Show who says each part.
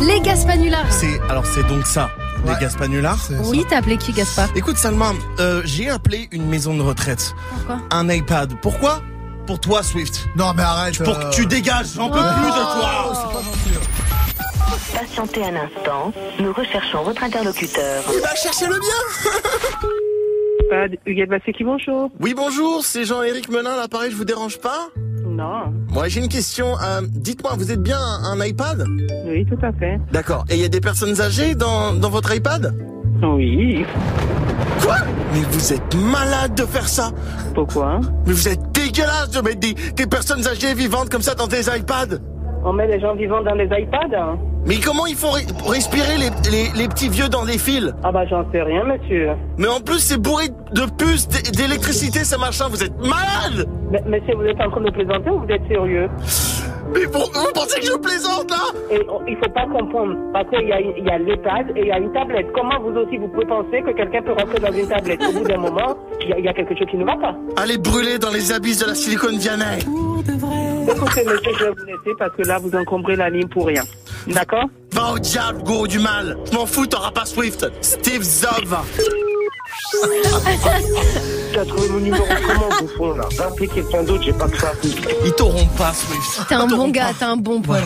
Speaker 1: Les Gaspanulars.
Speaker 2: C'est alors c'est donc ça,
Speaker 3: Ouais.
Speaker 2: les Gaspanulars.
Speaker 3: C'est ça.
Speaker 1: Oui, t'as appelé qui, Gaspard
Speaker 2: Écoute Salma, euh, j'ai appelé une maison de retraite,
Speaker 1: Pourquoi
Speaker 2: un iPad. Pourquoi Pour toi Swift.
Speaker 3: Non, mais arrête. euh.
Speaker 2: Pour que tu dégages, j'en peux plus de toi.
Speaker 3: Oh.
Speaker 4: Patientez un instant, nous recherchons votre interlocuteur.
Speaker 2: Il va chercher le bien.
Speaker 5: Pas Huguette Bassé qui bonjour.
Speaker 2: Oui bonjour, c'est Jean-Éric Melin, l'appareil, je vous dérange pas
Speaker 5: Non.
Speaker 2: Moi j'ai une question. euh, Dites-moi, vous êtes bien un, un iPad
Speaker 5: Oui, tout à fait.
Speaker 2: D'accord. Et il y a des personnes âgées dans, dans votre iPad
Speaker 5: Oui.
Speaker 2: Quoi Mais vous êtes malade de faire ça.
Speaker 5: Pourquoi
Speaker 2: Mais vous êtes dégueulasse de mettre des, des personnes âgées vivantes comme ça dans des iPads.
Speaker 5: On met les gens vivants dans les iPads
Speaker 2: Mais comment ils font re- pour respirer les, les, les petits vieux dans des fils
Speaker 5: Ah bah j'en sais rien, monsieur.
Speaker 2: Mais en plus, c'est bourré de puces, d'é- d'électricité, ça machin. Vous êtes malade
Speaker 5: Mais, monsieur, vous êtes en train de plaisanter ou vous êtes sérieux
Speaker 2: Mais pour- vous pensez que je plaisante là
Speaker 5: Et oh, il faut pas comprendre, parce qu'il y a, une- il y a l'iPad et il y a une tablette. Comment vous aussi vous pouvez penser que quelqu'un peut rentrer dans une tablette Au bout d'un moment, il y, a- il y a quelque chose qui ne va pas.
Speaker 2: Allez brûler dans les abysses de la silicone Valley.
Speaker 5: Écoutez, monsieur, je vais vous laisser parce que là, vous encombrez la ligne pour rien. D'accord
Speaker 2: Va au diable, gourou du mal. Je m'en fous, t'auras pas Swift. Steve Zov.
Speaker 5: Tu as trouvé mon numéro comment, bouffon, là Rappelez quelqu'un d'autre, j'ai pas que ça.
Speaker 2: Ils t'auront pas Swift.
Speaker 1: T'es un bon gars, t'es un bon pote.